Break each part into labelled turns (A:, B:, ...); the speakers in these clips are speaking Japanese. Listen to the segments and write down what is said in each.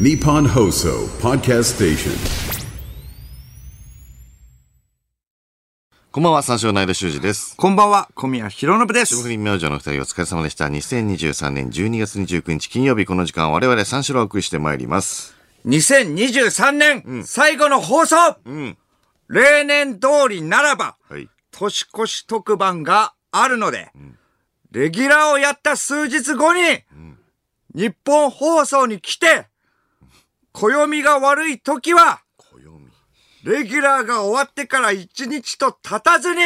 A: Nippon Hoso Podcast Station.
B: こんばんは、三四郎の間修二です。
C: こんばんは、小宮弘信で
B: 霜降
C: す。
B: り明星のお二人お疲れ様でした。2023年12月29日金曜日この時間我々三四郎をお送りしてまいります。
C: 2023年最後の放送
B: うん。
C: 例年通りならば、
B: はい。
C: 年越し特番があるので、レギュラーをやった数日後に、日本放送に来て、暦が悪い時は、
B: 暦。
C: レギュラーが終わってから1日と経た ずに、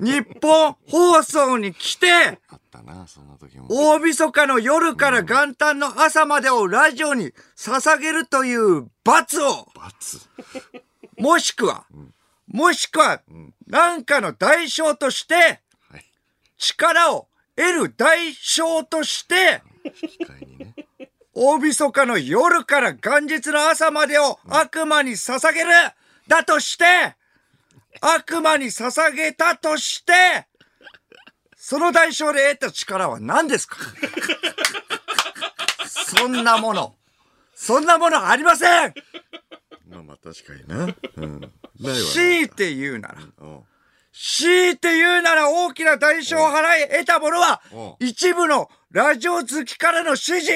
C: 日本放送に来て、
B: あったな、そんな時も。
C: 大晦日の夜から元旦の朝までをラジオに捧げるという罰を、
B: 罰。
C: もしくは、もしくは、何かの代償として
B: はい、
C: 力を得る代償として、
B: 機械にね。
C: 大晦日の夜から元日の朝までを悪魔に捧げるだとして、悪魔に捧げたとして、その代償で得た力は何で すかそんなもの、そんなものありません
B: まあまあ確かにな。うん。ないわね。
C: 強いて言うなら、
B: うん
C: 強いて言うなら大きな代償を払い得たものは
B: お、
C: 一部のラジオ好きから の支持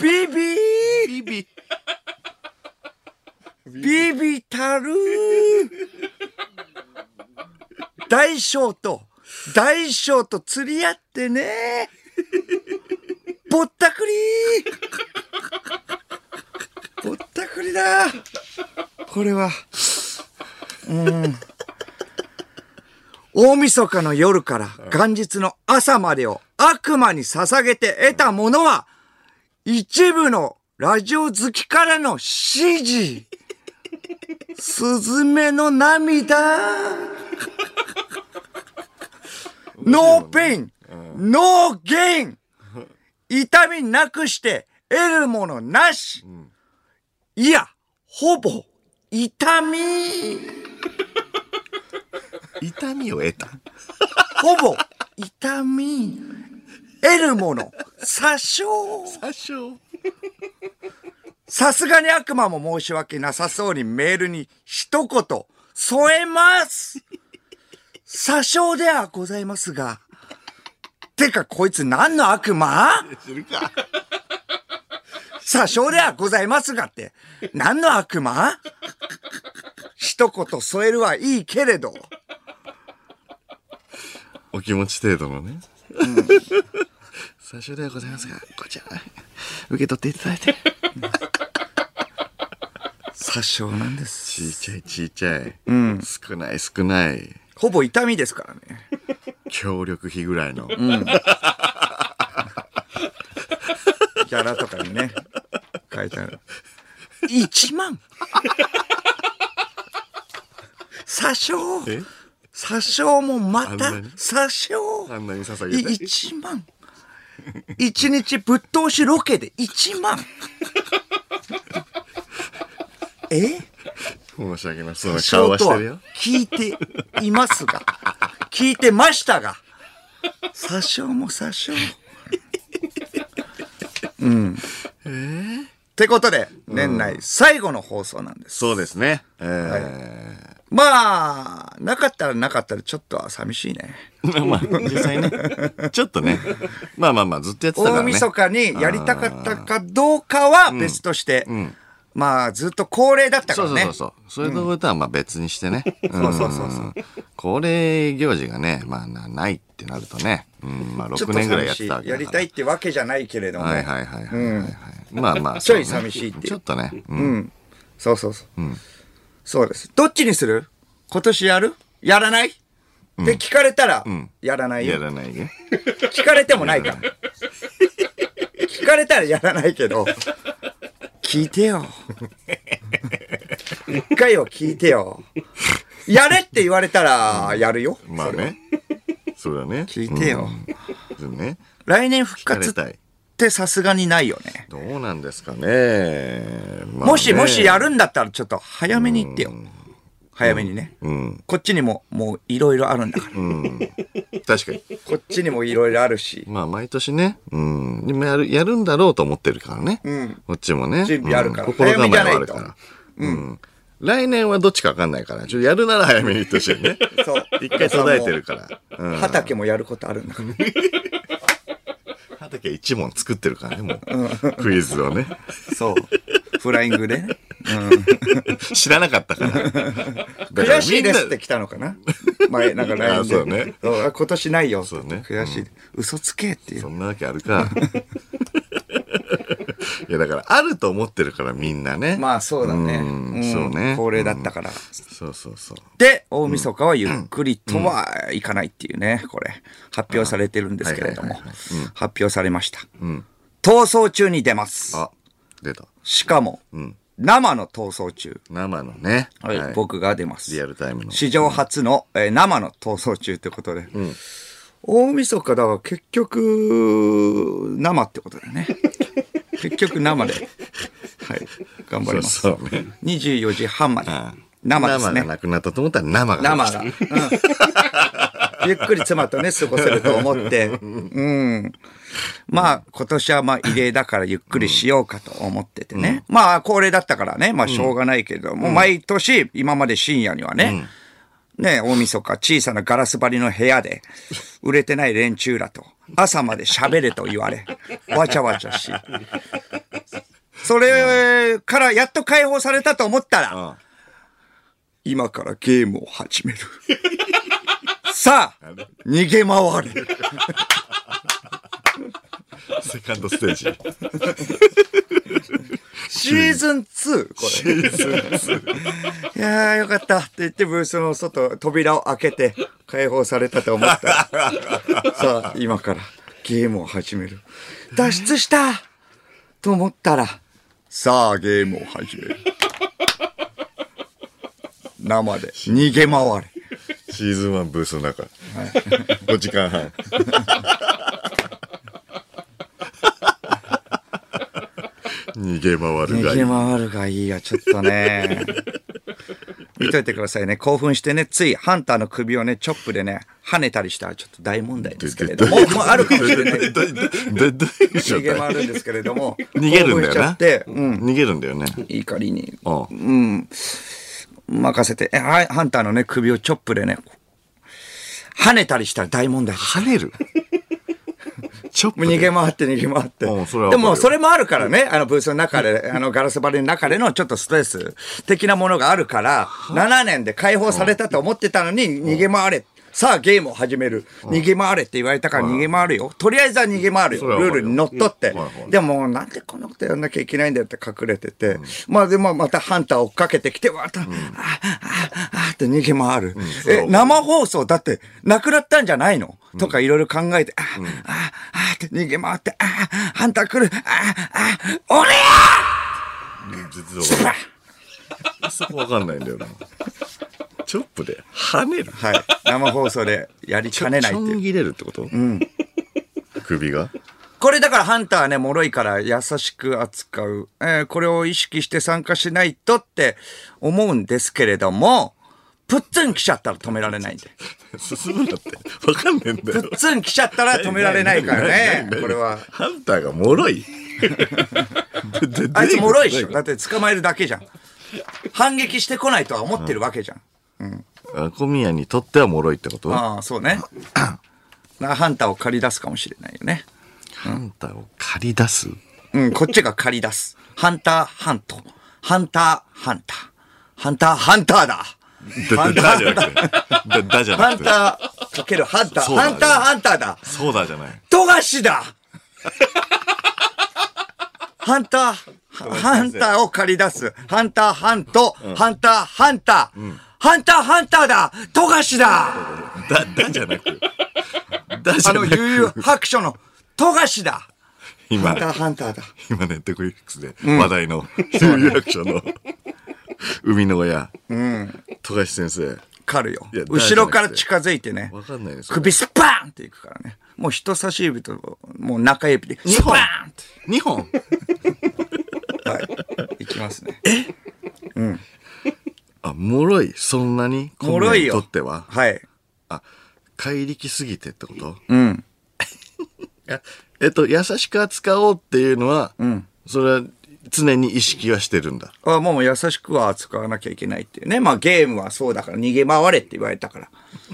C: ビビー
B: ビビ。
C: ビビたる大小と大小と釣り合ってねぼったくりぼったくりだこれはうん大晦日の夜から元日の朝までを悪魔に捧げて得たものは一部のラジオ好きからの支持スズメの涙ノーペイン、ノーゲイン痛みなくして得るものなし、いや、ほぼ痛み
B: 痛みを得た。
C: ほぼ痛み得るもの詐称
B: 多少。
C: さすがに悪魔も申し訳なさそうにメールに一言添えます詐称ではございますが。てかこいつ何の悪魔
B: するか。
C: 詐称ではございますがって。何の悪魔一言添えるはいいけれど。
B: お気持ち程度のね。最初ではございますが、こちら、受け取っていただいて。
C: 詐称なんです。
B: ちいちゃいちいちゃい。うん。少ない少ない。
C: ほぼ痛みですからね。
B: 協力費ぐらいの。
C: ギャラとかにね、書いてある。1万詐称
B: え
C: 詐称もまた
B: あんなに
C: 詐称
B: あんなに捧げて。
C: 1万一日ぶっ通しロケで1万え
B: 申し訳ない。そん
C: 詐
B: な顔
C: 称
B: は
C: と
B: して
C: は
B: るよ。
C: 聞いていま すが聞いてましたが詐称も詐 称うんってことで年内最後の放送なんです、
B: そうですね。えー
C: まあなかったらなかったらちょっとは寂しいね
B: まあ、実際ね。ちょっとね。まあまあまあ、ずっとやってたから
C: 大
B: ね。
C: 晦日にやりたかったかどうかは別として、まあずっと恒例だったか
B: そう
C: ら
B: そう
C: ね
B: そうそう。そういうところとはまあ別にしてね。
C: そうそうそうそう
B: 恒例行事がね、まあなないってなるとね。うん、まあ
C: ちょっ
B: 6
C: と
B: 年ぐらいや
C: 寂
B: って
C: しい
B: たわけだ
C: や
B: から
C: りたいってわけじゃないけれども、
B: はいはいはいはいはいはい。まあまあ、
C: ちょい
B: そうね
C: 寂しいっていう
B: ちょっとね。うん
C: うんそうそうそう、そうですどっちにする今年やるやらない、って聞かれたら、やらない
B: や
C: よ
B: らないね。
C: 聞かれてもないから聞かれたらやらないけど聞いてよ一回を聞いてよやれって言われたらやるよ、
B: まあね。そうだね。
C: 聞いてよ
B: うん。でね。
C: 来年復
B: 疲
C: 活
B: れ
C: った
B: い。
C: てさすがにないよね。
B: どうなんですかね。まあね
C: もしもしやるんだったらちょっと早めに言ってよ。早めにね。こっちにも、もういろいろあるんだから。
B: 確かに。
C: こっちにもいろいろあるし。
B: まあ、毎年ね、うん。でもやる、やるんだろうと思ってるからね。こっちもね。
C: 準備あるから
B: うん心構えはあるか
C: 早め
B: ら。うん。来年はどっちかわかんないから、ちょっとやるなら早めに言ってほしい ね。
C: そう。
B: 一回途絶えてるから。うん。
C: 畑もやることあるんだから。
B: 畑一問作ってるからね、もう。クイズをね。
C: そう。フライングで。
B: 知らなかったから。
C: 悔しいで
B: だからみ
C: すっ
B: んな
C: て来たのかな前、なんか LINE で。
B: あそうね
C: そうあ今年ないよ。
B: そうね
C: 悔しい。嘘つけっていう
B: そ。んなわけあるか。いや、だから、あると思ってるから、みんなね。
C: まあそうだね。
B: うん
C: ん
B: そうね
C: 恒例だったから。
B: そうそうそう。
C: で、大晦日はゆっくりとはいかないっていうね、これ。発表されてるんですけれども
B: はいはい。
C: 発表されました。逃走中に出ます。
B: あ、出た。
C: しかも、生の逃走中。
B: 生のね。はい
C: 僕が出ます。
B: リアルタイムの。
C: 史上初の、えー生の逃走中ということで、大晦日だから結局生ってことだよね 結局生で、はい、頑張ります
B: そうね。
C: 24時半まで生です
B: が
C: ね
B: なくなったと思ったら生が。
C: 生が、うんゆっくり妻とね過ごせると思ってうんまあ今年はまあ異例だからゆっくりしようかと思っててね、まあ恒例だったからねまあしょうがないけれども、毎年今まで深夜にはね、ね大晦日小さなガラス張りの部屋で売れてない連中らと朝まで喋れと言わ れわちゃわちゃしそれからやっと解放されたと思ったら、
B: うん
C: 今からゲームを始める。さあ、逃げ回れ。
B: セカンドステージ。
C: シーズン2、これ。いやー、よかったって言って、ブースの外、扉を開けて、解放されたと思ったら。さあ、今からゲームを始める。脱出したと思ったら、さあ、ゲームを始める。生で逃げ回れ。
B: シーズン1ブースの中。5時間半。逃げ回るがい
C: 逃げ
B: い。
C: 回るがいいよ、ちょっ とね。見といてくださいね。興奮してね、ついハンターの首をね、チョップでね、跳ねたりしたらちょっと大問題ですけれども、もうあるかもしれない。
B: どどどどういう状
C: 逃げ
B: 態
C: 回るんですけれども、
B: 逃げるんだ
C: 興奮し
B: よ
C: ちゃ
B: な。
C: って、うん、
B: 逃げるんだよね。
C: 怒りに
B: あ
C: 任せて、えハハンターのね、首をチョップでね、こう跳ねたりしたら大問題です。
B: 跳ねるちょっと
C: もう逃げ回って逃げ回って。
B: うんそれはわか
C: で
B: る
C: も
B: よ
C: それもあるからね、あのブースの中で、あのガラス張りの中でのちょっとスペース的なものがあるから、7年で解放されたと思ってたのに、逃げ回れ。さあゲームを始める。逃げ回れって言われたから逃げ回るよ。とりあえずは逃げ回るよ。
B: それはわ
C: ル
B: か
C: ー
B: るよ
C: ルにのっとって
B: うんはいは。い
C: でも、なんでこんなことやんなきゃいけないんだよって隠れてて。まあでもまたハンター追っかけてきて、わーっと、ああ、ああ、って逃げ回る。
B: れはわか
C: え、
B: る
C: 生放送だってなくなったんじゃないの、とかいろいろ考えて、あ、あ、あって逃げ回って、あ、ハンター来る、あ、あ、俺や
B: 実はそこわかんないんだよなチョップで跳ねる
C: はい。 生放送でやりかねない
B: ち
C: って
B: ょ
C: い
B: ん
C: う。
B: 切れるってこと 首が
C: これだからハンターはね、脆いから優しく扱う。えーこれを意識して参加しないとって思うんですけれども、プッツン来ちゃったら止められないんで。
B: 進むなってわかんねえんだよ
C: プッツン来ちゃったら止められない からね、これは。
B: ハンターが脆 い
C: あいつ脆いっしょ。
B: ど
C: だって捕まえるだけじゃん。反撃してこないとは思ってるわけじゃん。
B: ういうことあ小宮にとっては脆いってことハ
C: ああ、そうね。なハンターを借り出すかもしれないよね。
B: ンターを借り出す
C: うん、こっちが借り出す。ハンターハント。ハンターハンター。ハンターハンターだ。ハ
B: だ
C: ンタ
B: だじゃ
C: ー
B: なくてだだじゃ
C: ハ
B: なく
C: ン
B: て
C: ターかけるハンター。
B: そうだ
C: ハ
B: ね
C: ンターハンターだ。
B: そうだじゃない
C: 富樫 だハンター、ハンターを借り出す。ハンターハント。ハンターハンター。ハンターハンターだ富樫だ
B: だだじゃなくだじ
C: あ
B: ゃな
C: の、
B: く
C: 悠々白書の富樫だハ
B: 今
C: ンターハンターだ。
B: 今ネットフリックスで話題の 有役所の生みの親、富樫先生
C: 狩るよ
B: いや。
C: 後ろから近づいてね
B: わかんないです。
C: 首スパーンっていくからね。もう人差し指と、もう中指で、スパーンって。
B: 2本
C: はい。いきますね。
B: あもろい、そんなに。
C: もろいよ。
B: コンビにとっては。
C: はい。
B: あ、怪力すぎてってこと
C: うん。
B: えっと、優しく扱おうっていうのは、それは常に意識はしてるんだ。
C: あもう優しくは扱わなきゃいけないっていうね。まあゲームはそうだから逃げ回れって言われたから。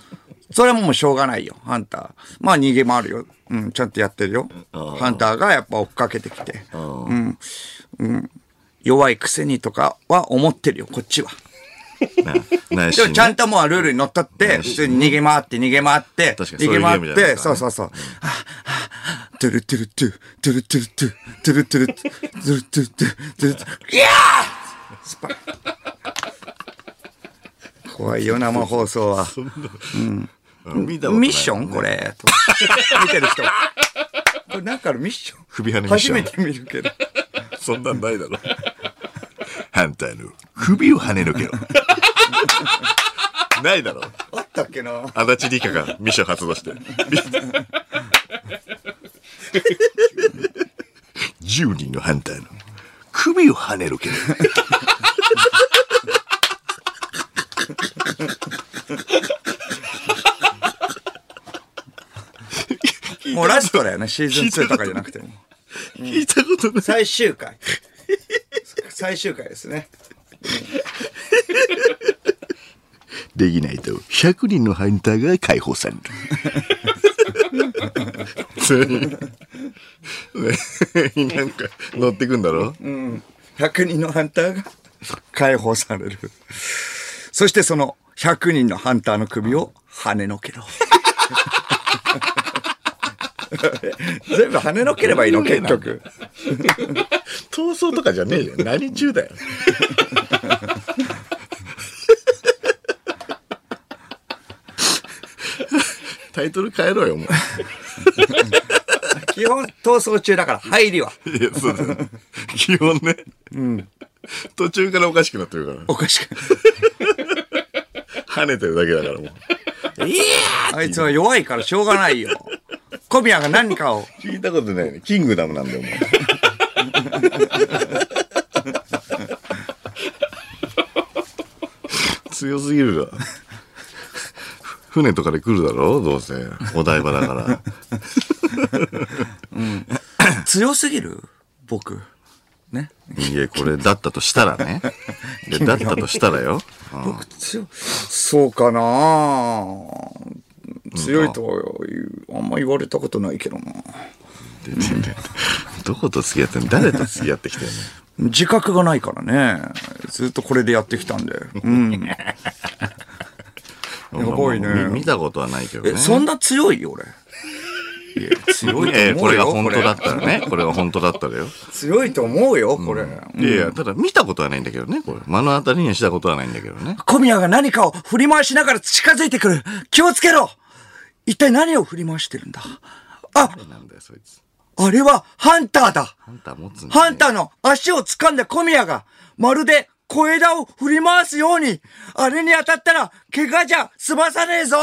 C: それはもうしょうがないよ、ハンター。まあ逃げ回るよ。うん、ちゃんとやってるよ。ハンターがやっぱ追っかけてきて。うん。うん。弱いくせにとかは思ってるよ、こっちは。
B: な内
C: で
B: 心
C: も
B: ね
C: ちゃんともうルールにのっとって、普通に逃げ回って、逃げ回って、
B: 確かに
C: 逃げ
B: そういうゲームじ
C: 回
B: ゃ
C: っ
B: ないで
C: て、
B: すか
C: そ
B: ね
C: うそうそう。はあはあトゥルトゥルトゥ、トゥルトゥルトゥ、トゥルトゥルトゥ、トゥルトゥルトゥ、トゥルトゥル、いやースパン怖いよ、生放送は。
B: うん見たことない
C: ミッションこれ。と見てる人。これなんかのミッション
B: 首跳ねミッション
C: 初めて見るけど。
B: そんなんないだ ろ。反対の首を跳ねのけよ。 ないだろ。
C: あったっけな。
B: 足立梨花がミッション発動して。10人の反対の首を跳ねるけど。
C: もうラストだよね、シーズン2とかじゃなくても。
B: 聞いたことない。
C: 最終回最終回ですね
B: できないと100人のハンターが解放 される。普通に ねなんか乗ってくんだろ、
C: 100人のハンターが解放されるそしてその100人のハンターの首を跳ねのけろ全部跳ねのければいいの結局
B: 闘争とかじゃ ねえよ何中だよタイトル変えろよもう
C: 基本逃走中だから入りはい
B: やそうだよ基本ね、途中からおかしくなってるから
C: おかしく
B: 跳ねてるだけだからもう
C: あいつは弱いからしょうがないよ小宮が何かを
B: 聞いたことないよねキングダムなんだよもう 強すぎるが船とかで来るだろどうせお台場だから
C: 強すぎる僕ね
B: いやこれだったとしたら ねでだったとしたらよ
C: 僕強いそうかなあ強いとは言うあんま言われたことないけどな
B: でででどこと付き合ってんの誰と付き合ってきてんの
C: 自覚がないからねずっとこれでやってきたんで、 うん、 やばいね
B: み見たことはないけどね
C: えそんな強いよ俺いや強いと思うよ、
B: えーこれが本当だっ
C: こ
B: たらねこれが本当だったらよ
C: れ強いと思うよこれ、
B: いやいや、ただ見たことはないんだけどね、これ。目の当たりにはしたことはないんだけどね。
C: 小宮が何かを振り回しながら近づいてくる気をつけろ一体何を振り回してるんだあ
B: なんだよ、そいつ。
C: あれはハンターだ
B: ハンター持つんだ、ね。
C: ハンターの足を掴んだ小宮が、まるで小枝を振り回すように、あれに当たったら、怪我じゃ済まさねえぞ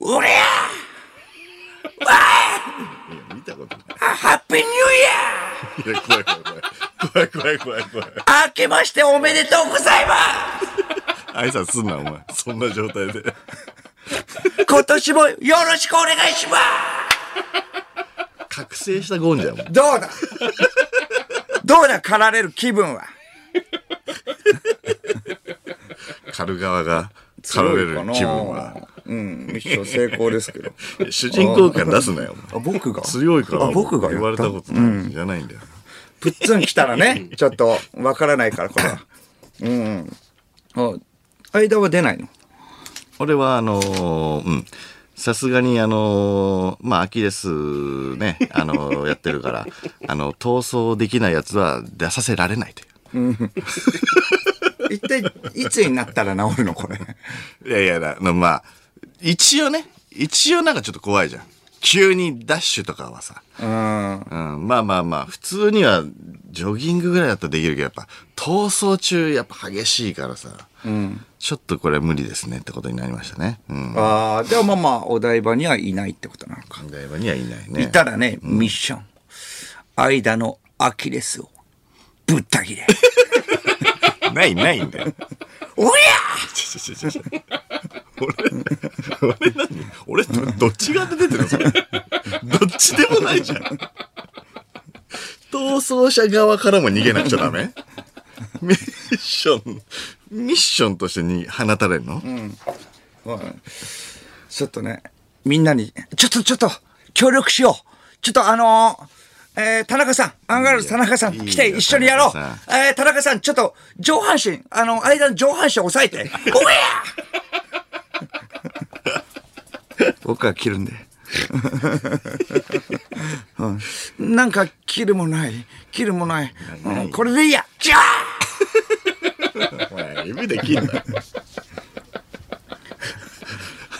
C: おりゃ
B: 見たことな
C: あハッピーニューイ
B: い。いや、怖い怖い怖い。怖い怖い怖い怖い。
C: ヤー明けましておめでとうございま
B: 挨拶すんな、お前。そんな状態で。
C: す今年もよろしくお願いしま
B: 覚醒したゴンじゃん。
C: すどうだどうだ狩られる気分は
B: 狩る側が、狩られる気分は。。
C: うん、ミッション成功ですけど。
B: いや主人公感出すなよ、お
C: あ
B: 前
C: 僕が
B: 強いから。
C: あ僕がや
B: 言
C: った
B: われたことない。じゃないんだよ。
C: プッツン来たらね、ちょっとわからないから、これは。うん。あ、間は出ないの
B: 俺はあのーうんさすがにあのーまあアキレス ねあのーやってるからあの闘争できないやつは出させられないとい
C: 一体、いつになったら治るのこれ。
B: ういやいやだまあ一応ね一応なんかちょっと怖いじゃん急にダッシュとかはさ、
C: うん。
B: うん、まあまあまあ普通にはジョギングぐらいだったらできるけどやっぱ闘争中やっぱ激しいからさ、ちょっとこれ無理ですねってことになりましたねうん
C: ああ、でもまあまあ、お台場にはいないってことなのか。
B: お台場にはいないね
C: いたらね、ミッション。間のアキレスをぶった切れ。
B: ないないんだよ
C: おりゃ
B: 俺何俺どどっち側で出てるのそれ。どっちでもないじゃん。逃走者側からも逃げなくちゃダメミッション、ミッションとしてに放たれるの、
C: ちょっとね、みんなに、ちょっとちょっと、協力しよう。ちょっとあのーえー田中さん、アンガールズ田中さん
B: いいよ
C: 来て一緒にやろう
B: 田中。
C: えー田中さん、ちょっと上半身、あの、間の上半身を押さえ て。おや僕は切 るんで。うんなんか切るもない、切るもない。うんこれでいいや。じゃあ
B: お前指で切んな。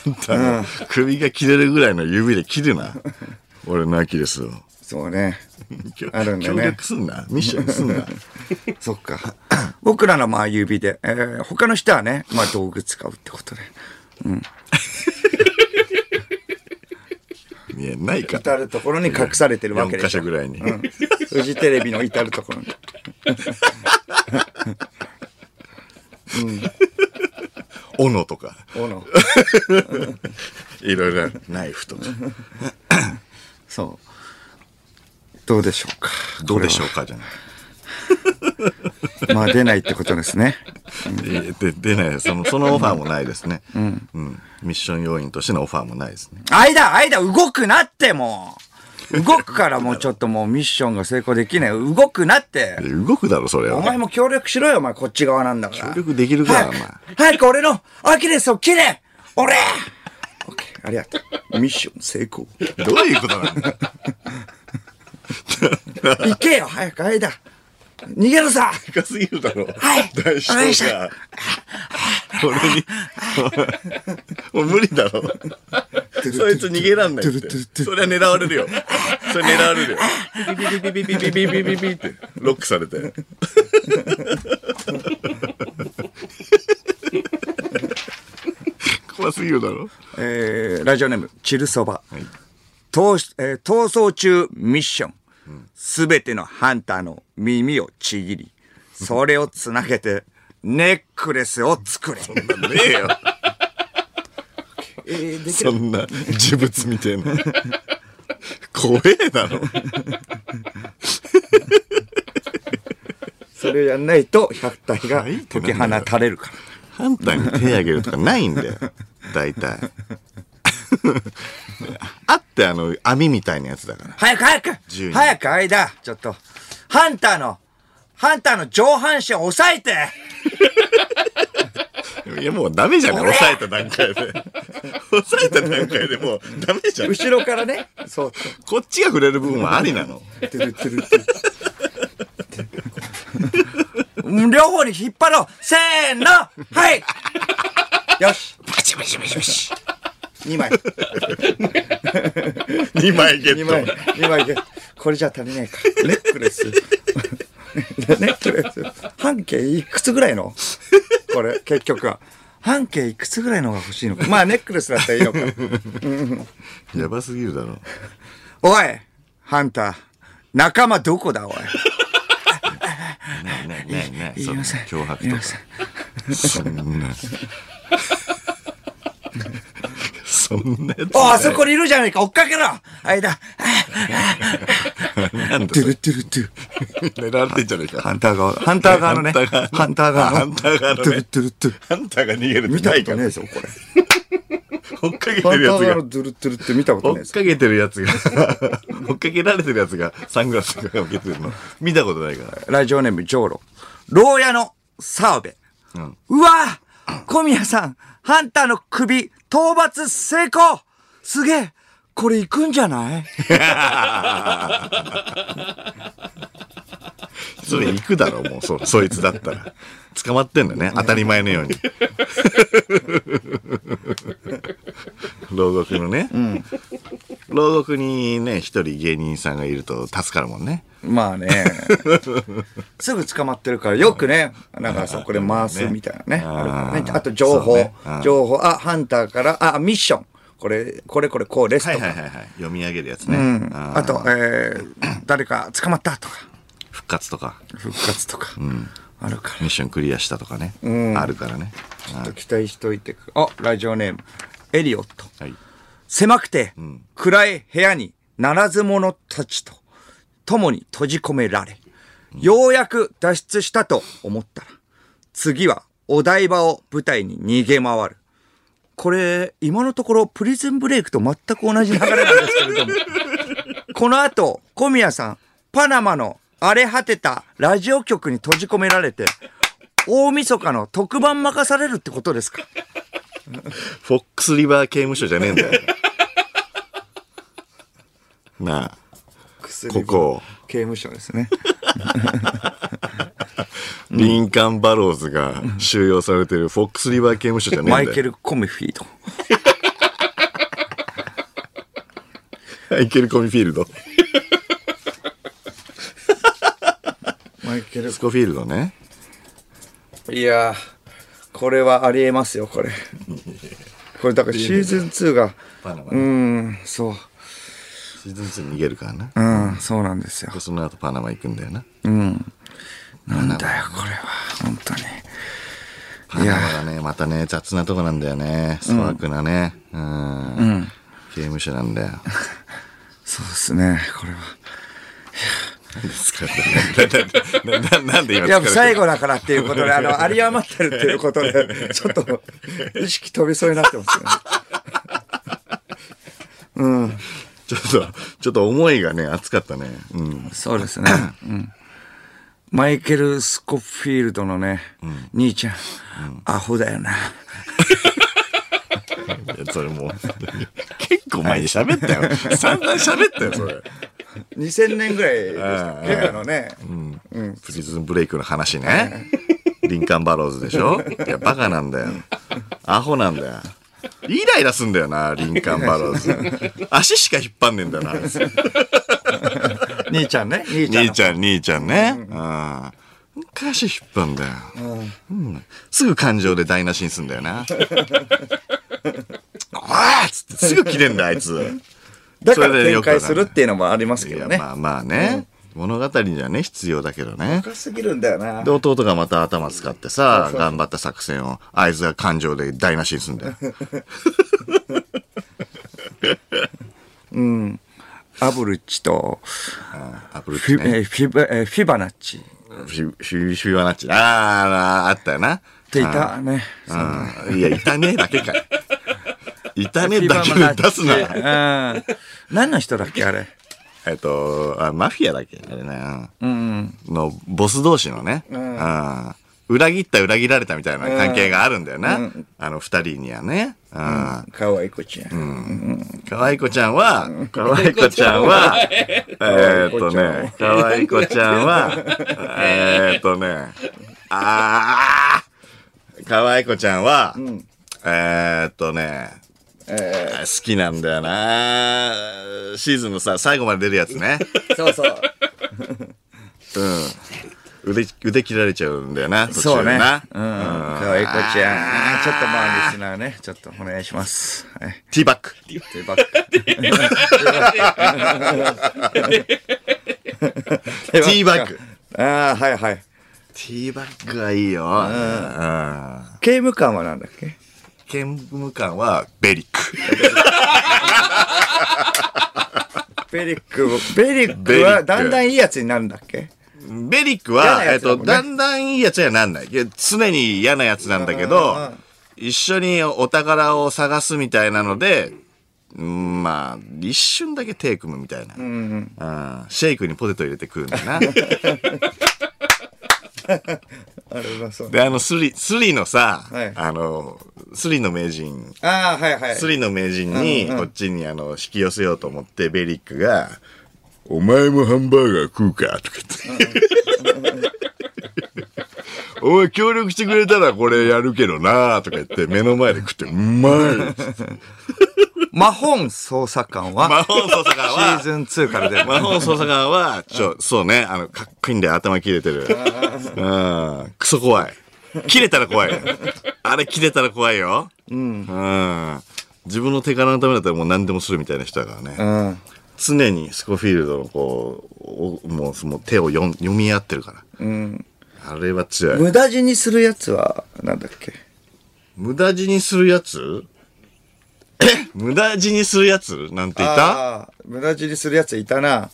B: あんたの首が切れるぐらいの指で切るな。俺のアキレスを。
C: そうね。
B: 協
C: あるんだね
B: 協力すんな。ミッションすんな。
C: そっか。 僕らのまあ指で、えー他の人はね、まあ道具使うってことで。
B: 見えないか。
C: 至るところに隠されてるわけ
B: 4
C: で
B: 箇
C: しょ
B: 所ぐ。らいに。
C: フジテレビの至るとこ ろに。
B: 斧とか。
C: 斧
B: いろいろあるナイフとか。
C: そう。どうでしょうか。
B: どうでしょうかじゃない。
C: まあ出ないってことですね。
B: えで出ないそのそのオファーもないですね、うんミッション要員としてのオファーもないですね
C: 間、間、動くなってもう。動くからもうちょっともうミッションが成功できない。動くなって。
B: で動くだろそれは
C: お前も協力しろよ、お前こっち側なんだから。
B: 協力できるから
C: 早
B: お
C: く
B: 前
C: 早く俺のアキレスを切れ俺 OK、ありがとう。ミッション成功。
B: どういうことなんだ
C: 行けよ、早く間。逃げるさ
B: でかすぎるだろ
C: はい
B: 大将
C: よいしょ
B: が俺にもう無理だろそいつ逃げらんないってそれは狙われるよそれ狙われるよビビビビビビビビビビってロックされて怖すぎるだろ
C: えーラジオネーム、チルそば。逃しえー逃走中ミッション。すべてのハンターの耳をちぎり、それをつなげて、ネックレスを作れ。
B: ねえよそんな呪物みたいな怖えだろ
C: それをやんないと、百体が
B: はい
C: 解き放たれるから。
B: 反対に手挙げるとかないんだ よ大体 あってあの網みたいなやつだから
C: 早く早く
B: 自由に
C: 早く間ちょっと、ハンターの、ハンターの上半身を押さえて
B: いやもうダメじゃん抑えた段階で抑えた段階でもうダメじゃん
C: 後ろからね、そう。
B: こっちが触れる部分はありなの
C: トゥルトゥルトゥルうん両方に引っ張ろうせーのはいよし
B: バチバチバチバチ
C: 2枚
B: 2枚ゲ
C: 2
B: ット
C: 枚2枚でこれじゃ足りないかネックレスネックレス半径いくつぐらいのこれ結局は半径いくつぐらいのが欲しいのかまあネックレスだったらいいのか
B: やばすぎるだろ
C: おいハンター仲間どこだおい
B: ねえねえねえねえ
C: い
B: そんな
C: ません
B: 脅迫
C: い
B: と
C: ま
B: か
C: せん
B: そん なそんなやつ
C: おあそこにいるじゃないか追っかけろ 間
B: なんだ
C: ト
B: そ
C: ゥル
B: れ
C: トゥルトゥル
B: 狙われてんじゃねえか
C: ハンター側。ハンター側のね。
B: ハンター側の
C: ハンター側
B: ハンター側の
C: の。
B: ね
C: ドゥルドゥルドゥル
B: ハンターが逃げるっ
C: 見
B: て
C: た
B: な
C: こ
B: い
C: と
B: か
C: ね
B: ら
C: え。ぞ、これ。
B: 追っかけてる
C: ハンタ
B: やつ
C: ー側の
B: が。
C: ドゥルドゥルドゥル見たこと
B: 追
C: ねえ
B: っ
C: ぞ。
B: かけてるやつが。 追っかけられてるやつがサングラスとかかけてるの。見たことないから。
C: ラジオネーム、ジョーロ。牢屋の澤部。
B: うん
C: うわぁ小宮さん、ハンターの首、討伐成功すげえこれ行くんじゃない
B: それ行くだろ、もう、そ、そいつだったら。捕まってんだね、当たり前のように。 牢獄のね。牢獄にね、一人芸人さんがいると助かるもんね。
C: まあね。 すぐ捕まってるから、よくね、なんか そこで回すみたいなね。
B: あー
C: あるからねあと情
B: そう
C: 報
B: ねあ、ー
C: 情報、あ、ハンターから、あ、ミッション。これ、これこれこうです
B: はい
C: と
B: はい
C: か。
B: はいはい。読み上げるやつね。
C: あと、えー誰か捕まったとか、
B: 復活とか。
C: 復活とか。あるから。
B: ミッションクリアしたとかね。あるからね。
C: ちょっと期待しといてくあ、ラジオネーム。エリオット。
B: はい。
C: 狭くて、暗い部屋にならず者たちと共に閉じ込められ、ようやく脱出したと思ったら、次はお台場を舞台に逃げ回る。これ、今のところプリズンブレイクと全く同じ流れなんですけれ ども、この後、小宮さん、パナマの荒れ果てたラジオ局に閉じ込められて、大晦日の特番任されるってことですか
B: フォックスリバー刑務所じゃねえんだよ。なあ。ここ
C: 刑務所ですね。
B: リンカン・バローズが収容されてるフォックスリバー刑務所じゃね
C: マ
B: えん
C: イ
B: だ
C: ケ
B: よ。
C: ル・コミフィード。
B: マイケル・コミフィールド。
C: マイケル
B: スコフィールドね。
C: いやーこれはありえますよこれこれだからシーズン2がうーんそう
B: シーズン2に逃げるからな。
C: うんそうなんですよ
B: でその後パナマ行くんだよな。
C: なんだよこれは本当に
B: パナマがね、またね、雑なとこなんだよね。粗悪なね。うん。刑務所なんだよ。
C: そうですねこれは
B: なななんで今
C: いや最後だからっていうことであの有り余ってるっていうこと でちょっと意識飛びそうになってますよね
B: ちょっと、ちょっと思いがね、熱かったね。うん。
C: そうですね、うん、マイケル・スコフィールドのね、兄ちゃん、アホだよない
B: やそれ もう、結構前に喋ったよ。散々喋ったよ、それ。
C: 2000年ぐらいでしたっけあのね、
B: プリズンブレイクの話ね。リンカン・バローズでしょいや、バカなんだよ。アホなんだよ。イライラすんだよな、リンカン・バローズ。足しか引っ張んねえんだよな。
C: 兄ちゃんね兄ちゃ
B: 兄
C: んの
B: ちゃん、兄ちゃんね。うん。足引っ張んだよ。うん。すぐ感情で台無しにすんだよ な。ああっつってすぐ切れんだよ、あいつ。
C: だから
B: それで
C: 展
B: よくわかんな
C: 開
B: い
C: するっていうのもあります
B: い
C: けど
B: や
C: ね。
B: まあまあね、物語にはね必要だけどね
C: 深すぎるんだよな
B: で。弟がまた頭使ってさ頑張った作戦を合図が感情で台無しにすん だよ
C: アブルッチと
B: アプロ
C: フ
B: ーチ
C: ィ,、え
B: ね
C: ーフィバえーフィバナッチっ
B: フィフィフィバナッチあーあーあったよな
C: ていたね。
B: うんいやいたねえだけかい いたねえだけで出すな
C: な。うん。何の人だっけあれ。
B: えっとあマフィアだっけあれねうんのボス同士のねうん裏切った裏切られたみたいな関係があるんだよなあの二人にはねうん
C: かわい子ちゃん。
B: かわいこちゃんは、かわいこちゃんは、えーっとね、かわいこちゃんは、えーっとね、あー、かわいこちゃんは、えーっとね、好きなんだよなシーズンのさ、最後まで出るやつ ね。
C: そうそう。
B: うん。腕、腕切られちゃうんだよな、途
C: そ
B: 中
C: う
B: で
C: ね。うん。
B: な。
C: かわい子ちゃん。ちょっとまあ、リスナーね、ちょっとお願いします。はい。
B: ティーバック。
C: というバック。テ
B: ティーバック。。
C: ああ、はいはい。
B: ティーバックはいいよ。うん。
C: 刑務官はなんだっけ
B: 刑務官は、ベリック。
C: ベリック、ベリックはだんだんいいやつになるんだっけ
B: ベリックは、
C: 嫌な
B: え
C: や
B: っ
C: つだ
B: と、
C: もんね
B: だんだんいいやつにはなんない。いや常に嫌なやつなんだけど、一緒にお宝を探すみたいなので、うんまあ、一瞬だけ手組むみたいな。うんシェイクにポテト入れて食うんだな。
C: あれはそう。
B: で、あの、スリ、スリのさ、
C: はい
B: あの、スリの名人、
C: ああ、はいはい。
B: スリの名人に、こっちにあの、引き寄せようと思って、ベリックが、お前もハンバーガー食うかとか言って。 お前協力してくれたらこれやるけどなとか言って、目の前で食って、うまい
C: 魔本捜査官は、
B: 魔法捜査官
C: シーズ
B: は、
C: ン2から出る。
B: 魔法捜査官は、ちょ、そうね、あの、かっこいいんだよ、頭切れてる。うん、クソ怖い。切れたら怖い。あれ切れたら怖いよ。うん。自分の手柄のためだったらもう何でもするみたいな人だからね。
C: うん。
B: 常にスコフィールドのこうおもうその手を読ん読み合ってるから、あれは強い。
C: 無駄死にするやつは、なんだっけ。
B: 無駄死にするやつ え無駄死にするやつなんていた
C: あー無駄死にするやついたな。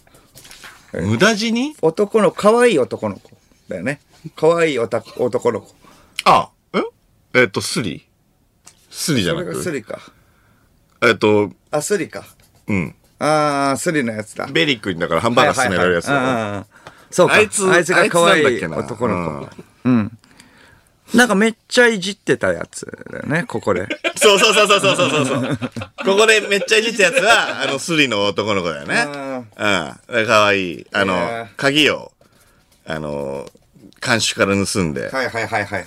B: 無駄死に
C: 男の、可愛い男の子だよね。可愛いおた男の子。
B: あ、ええっと、スリスリじゃ
C: こ
B: な
C: れがス
B: く
C: リか。
B: えっと、
C: あ、スリか。
B: うん。
C: ああ、スリのやつだ。
B: ベリックにだからハンバーガー勧められるやつだ
C: はいはいはいうんうんうんそうか。
B: あいつ
C: あいつが可愛い
B: あいつなんだっけな
C: 男の子。うん。なんかめっちゃいじってたやつだよね、ここで。
B: そうそうそうそうそうそうそう。ここでめっちゃいじったやつは、あの、スリの男の子だよね。うん。かわいい。あ
C: い
B: の
C: や、
B: 鍵を、あの、監視から盗んで。
C: はいはいはいはいはい。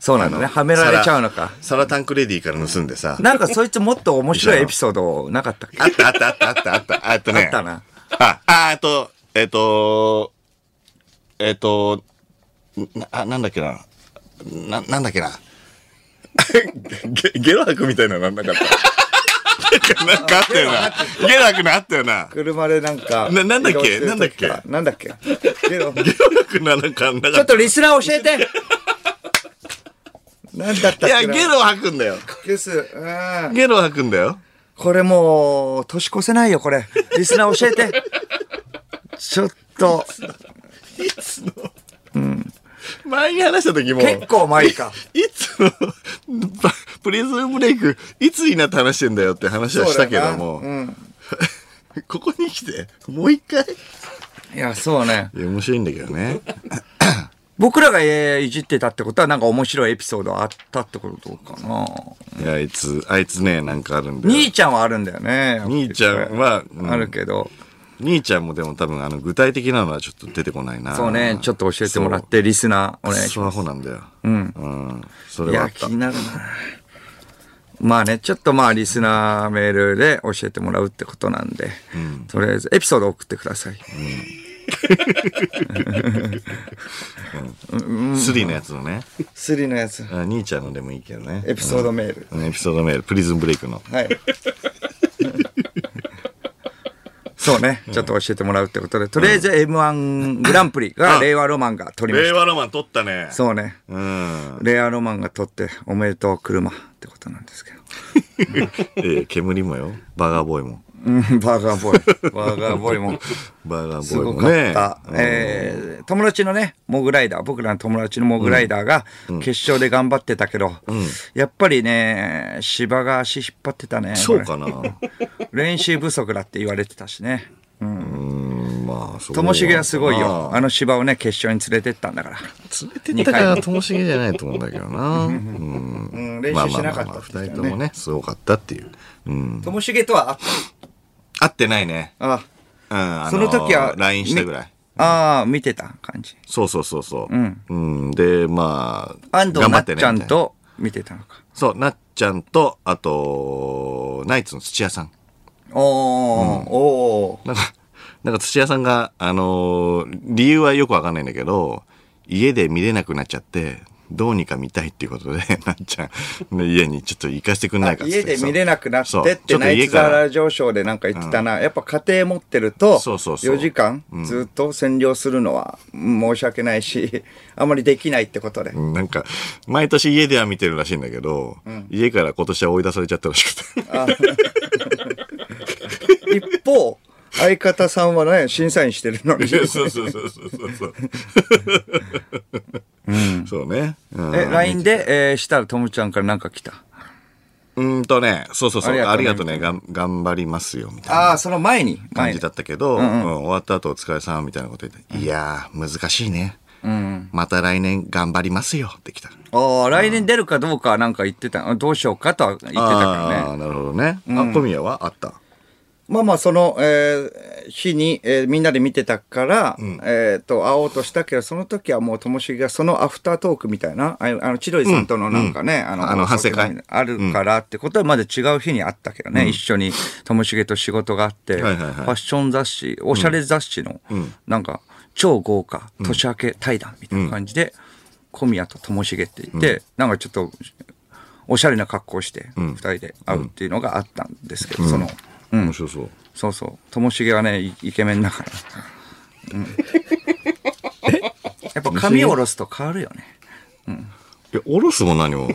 C: そうなんだね。はめられちゃうのか。
B: サラサラタンクレディから盗んでさ。
C: なんかそいつもっと面白いエピソードなかったっけ
B: あったあったあったあったあった。あったね。
C: あったな。
B: あ、あ、あと、えっと、えっと、な、あなんだっけな。な、なんだっけな。ゲ ゲロ吐くみたいなのなんなかった。なんかあったよな。ゲロ吐くのあったよな。
C: 車でなんか。
B: ななんだっけ
C: 移動してる時からなんだっけゲロち
B: ゲロ吐くのはなんかあんなか
C: ょ
B: っ。
C: ったとリスナー教えてなんだったっけ
B: い
C: な
B: や、ゲロ吐くんだよ。
C: ゲス。うん。
B: ゲロ吐くんだよ。
C: これもう、年越せないよ、これ。リスナー教 えて。ちょっと、
B: いつの。前に話した時も。
C: 結構前か。
B: いつの、ばプリズムブレイク、いつになって話してんだよって話はしたけども、
C: そうだよな
B: ここに来て、もう一回
C: うんいや、そうね。
B: いや、面白いんだけどね。
C: 僕らがえーいじってたってことは、なんか面白いエピソードあったってことかな。
B: いや、あいつ、あいつね、なんかあるんだよ。
C: 兄ちゃんはあるんだよね。
B: 兄ちゃんは、うん
C: あるけど。
B: 兄ちゃんもでも多分、あの、具体的なのはちょっと出てこないな。
C: そうね、ちょっと教えてもらって、リスナーお
B: そう。
C: 願いし
B: スマホなんだよ。うん。そ
C: ます。い
B: れはあ
C: や、
B: った
C: 気。になるな。まあね、ちょっとまあ、リスナーメールで教えてもらうってことなんで、とりあえずエピソード送ってください。
B: スリーのやつのね。
C: スリのやつ、
B: あ兄ちゃんのでもいいけどね。
C: エピソードメール。
B: うんエピソードメール、プリズムブレイクの。
C: はい。 そうね、ちょっと教えてもらうってことで、とりあえず M1 グランプリが令和ロマンが取りました。
B: 和ロマン撮ったね。
C: そうね、
B: うん。
C: 令和ロマンが取って、おめでとう車ってことなんですけど。
B: ええ、煙もよ。バーガーボーイも。
C: うんバーガーボーイ。 バーガーボーイも。
B: バーガー
C: す
B: ボーイ
C: ご
B: も
C: か
B: ね。
C: った。えー友達のね、モグライダー、僕らの友達のモグライダーが、決勝で頑張ってたけど、やっぱりね、芝が足引っ張ってたね。
B: そうかな。
C: これ練習不足だって言われてたしね。
B: まあ、そう
C: ともしげはすごいよ。
B: あ
C: あの芝をね、決勝に連れてったんだから。
B: 連れてったからともしげじゃないと思うんだけどな。うん。
C: うん、練
B: まあまあま
C: 習しなか
B: あ
C: った
B: まあ、
C: って言
B: 二
C: って
B: 人
C: た
B: と
C: ね
B: もね、すごかったっていう。うん。
C: ともしげとはあっ
B: 会ってないね。
C: た。あ
B: うん。あ
C: その時は
B: LINE したぐらい。
C: あー、見てた感じ。
B: そうそうそうそう。うん。で、まあ、
C: 安藤
B: 頑張
C: な
B: っ
C: って
B: ね
C: ちゃん
B: みたいな
C: と見てたのか。
B: そう、なっちゃんと、あと、ナイツの土屋さん。
C: おー、おー。
B: なんか、なんか土屋さんが、あのー理由はよくわかんないんだけど、家で見れなくなっちゃって、どうにか見たいっていうことで、 なっちゃんの家にちょっと行かせてくんないかっつって
C: 家で見れなくなっ
B: そう
C: てって
B: そうちょっ
C: ナ
B: と
C: イ
B: 家
C: ツ
B: か
C: ザ
B: ら
C: ラ上昇でなんか言ってたな、やっぱ家庭持ってると
B: そうそうそう
C: 4時間ずっと占領するのはうん申し訳ないしあんまりできないってことで
B: うんなんか、毎年家では見てるらしいんだけど、家から今年は追い出されちゃったらしくて。
C: 一方相方さんはね審査員してるの に
B: そうそうそうそうそうそう。 そうね。うん
C: え LINE で、えーしたらともちゃんからなんか来た
B: うーんとね、そうそうそう、あ
C: あ
B: り
C: り
B: が
C: が
B: と
C: と
B: うね、
C: うね
B: がん頑張りますよ、みたいな。
C: ああその前に
B: 感
C: 前
B: じ
C: に
B: だったけど、うん終わった後お疲れさんみたいなこと言って、いやー、難しいね。また来年頑張りますよってきた。
C: ああ来年出るかどうかはなんか言ってたあどうしようかとは言ってたから
B: あ
C: ね
B: ーなるほどね。あ、小宮はあった。
C: まあまあその、えー日に、えーみんなで見てたから、えっと会おうとしたけどその時はもうともしげがそのアフタートークみたいなああの千鳥さんとのなんかね、あ
B: あの反省会
C: あるからってことはまだ違う日にあったけどね、一緒にともしげと仕事があって、
B: はいはいはい
C: ファッション雑誌おしゃれ雑誌の、なんか超豪華年明け対談みたいな感じで、小宮とともしげって言って、なんかちょっとおしゃれな格好をして二人で会うっていうのがあったんですけど、その。
B: 面白そう。
C: そうそう。ともしげはね、イイケメンだから。うんやっぱ髪を下ろすと変わるよね。
B: いや、下ろすも何 も。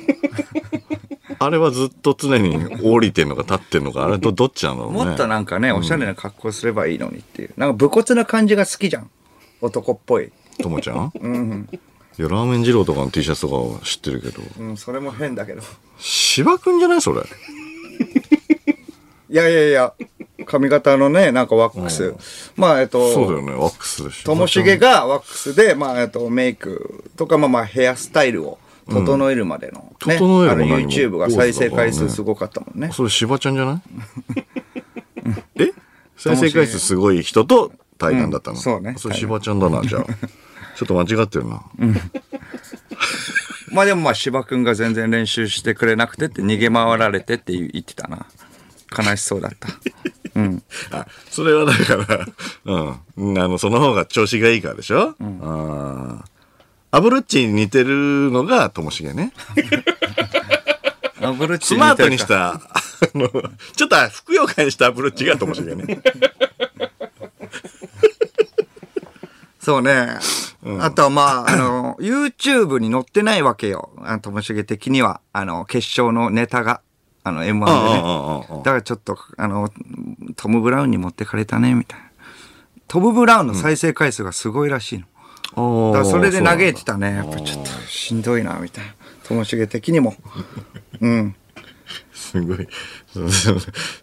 B: あれはずっと常に降りてんのか立ってんのか、あれとどっちなのね。
C: もっとなんかね、おしゃれな格好すればいいのにっていう。なんか武骨な感じが好きじゃん。男っぽい。
B: ともちゃんいや、ラーメン二郎とかの T シャツとかは知ってるけど。
C: うん、それも変だけど。
B: 芝くんじゃないそれ。
C: いやいやいや、髪型のね、なんかワックス。まあ、えっ
B: そうだ
C: と、
B: よね、ワックスでしょ。
C: ともしげがワックスで、まあ、えっと、メイクとか、まあまあ、ヘアスタイルを整えるまでの、
B: うん
C: ね。
B: 整える
C: あの
B: 何も
C: YouTube が再生回数すごかったもんね。
B: それ芝ちゃんじゃ ないえ再生回数すごい人と対談だったの、
C: うんそうね
B: それ芝ちゃんだな、じゃあ。 ちょっと間違ってるな。
C: まあでもまあ芝君が全然練習してくれなくてって逃げ回られてって言ってたな。悲しそう だった。
B: あ、それはだから、うん。あの、その方が調子がいいからでしょ、うん、あーアブルッチに似てるのがともしげ ね。
C: アブル
B: スマートにし。た、あの、ちょっとふくよかにしたアプローチがともしげ ね。
C: そうね。あとはまあ、あの、YouTube に載ってないわけよ。あのともしげ的には、あの、決勝のネタが、あの、M1 でね。だからちょっと、あの、トム・ブラウンに持ってかれたね、みたいな。トム・ブラウンの再生回数がすごいらしいの。だからそれで嘆いてたね。やっぱちょっとしんどいな、みたいな。ともしげ 的にも。
B: すごい、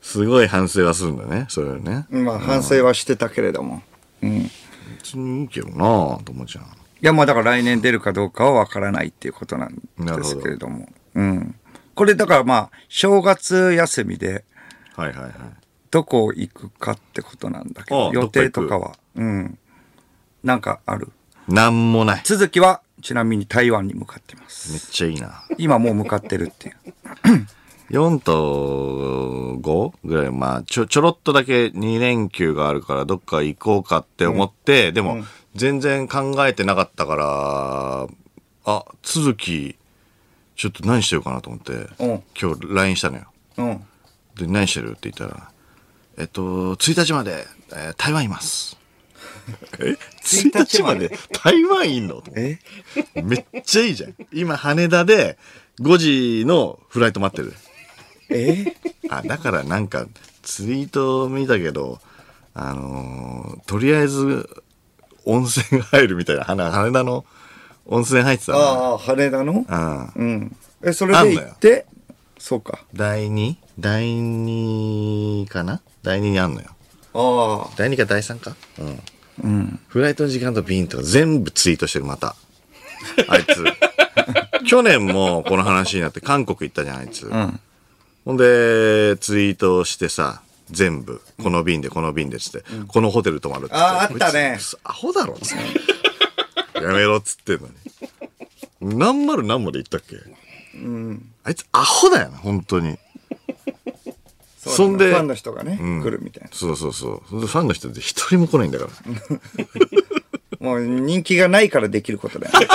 B: すごい反省はするんだね、それはね。
C: まあ、反省はしてたけれども。
B: 別にいいけどなともちゃん。
C: いや、まあだから来年出るかどうかはわからないっていうことなんですけれども。うん。これだからまあ、正月休みで
B: はいはいはい。
C: どこ行くかってことなんだけ
B: あ
C: ど、
B: あ
C: 予定とかは。うん。なんかある。
B: なんもない。
C: 続きは、ちなみに台湾に向かってま
B: めっ
C: す。
B: ちゃいいな。
C: 今もう向かってるっていう。
B: 4と5ぐらい、まあ、ちょ、ちょろっとだけ2連休があるから、どっか行こうかって思って、でも、全然考えてなかったから、あ、続き、ちょっと何してるかなと思って、
C: うん
B: 今日 LINE したのよ。
C: うん。
B: で、何してるって言ったら、えっと、1日まで、えー台湾います。 え ?1 日 まで台湾いんの
C: え
B: めっちゃいいじゃん。今、羽田で5時のフライト待ってる。
C: え
B: あ、だからなんか、ツイート見たけど、あのーとりあえず、温泉入るみたいな、羽羽田の温泉入ってたな
C: ああ、羽田の
B: うん。
C: うん。え、それで行って、そうか。
B: 第 2? 第2かな第2にあんのよ。
C: あ
B: 第2か第3かうん。フライトの時間と便とか全部ツイートしてる、また。あいつ。 去年もこの話になって韓国行ったじゃん、あいつ。ほんで、ツイートしてさ、全部、この便で、この便でっつって、このホテル泊まるっつって。
C: あーあったね
B: こいつアホだろっつって。やめろっつってんのに。何丸何まで行ったっけあいつアホだよな、本当に。
C: あ、
B: そんで
C: ファンの人がね、
B: ん
C: 来るみたい
B: そうそうそう。それでファンの人って一人も来ないんだから。
C: な。もう人気がないからできることだよね。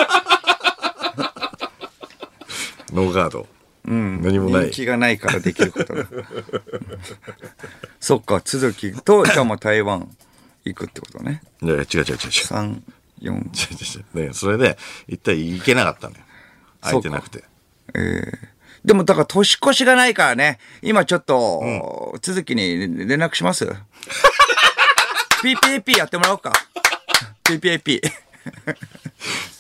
B: ノーガード。何もな
C: 人
B: い。
C: 気がないからできることだそっか続きとじゃあもう台湾行くってことね
B: いや違う違う違う違う。違う違
C: 34
B: う違う。ねそれで、一体行けなかったのよ。空いてなくて。
C: でもだから年越しがないからね今ちょっと、続きに連絡します PPAP やってもらおうか PPAP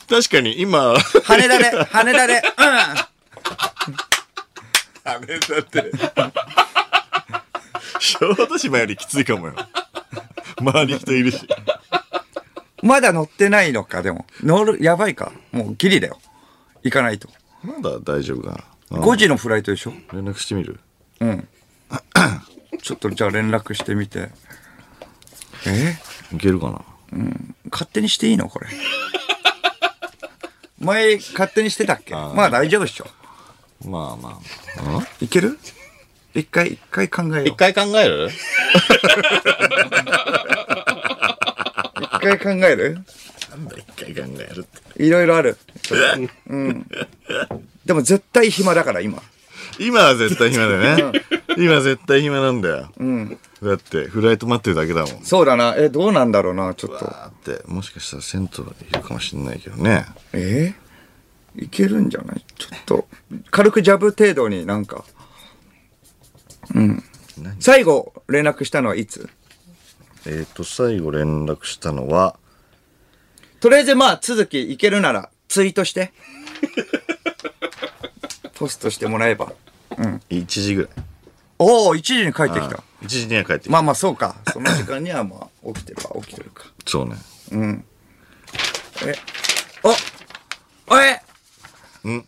B: 確かに今、
C: 羽田で羽田でうん
B: ダメだって。小豆島よりきついかもよ。周り人いるし。
C: まだ乗ってないのかでも乗るやばいかもうギリだよ行かないと
B: まだ大丈夫かな。
C: 5時のフライトでしょ
B: 連絡してみる
C: ちょっとじゃあ連絡してみてえ
B: いけるかな。
C: 勝手にしていいの これ前勝手にしてたっけまあ大丈夫っしょ
B: まあまあ。
C: いける一回一回考えよう
B: 一回考える
C: 一回考える
B: なんだ一回考えるって。
C: いろいろあるちょっとうんでも絶対暇だから今
B: 今は絶対暇だよね。今絶対暇なんだよ。だって、フライト待ってるだけだもん。
C: そうだな。え、どうなんだろうな、ちょっと。
B: だって、もしかしたら銭湯いるかもしれないけどね。
C: えいけるんじゃないちょっと、軽くジャブ程度になんか。うん。最後、連絡したのはいつ
B: えっ、と、最後連絡したのは、
C: とりあえずまあ、続きいけるなら、ツイートして。ポストしてもらえば。
B: 1時ぐらい。
C: おお、1時に帰ってきた。
B: 1時には帰ってきて
C: まあまあ、そうか。その時間にはまあ、起きてるか、起きてるか。
B: そうね。
C: あえん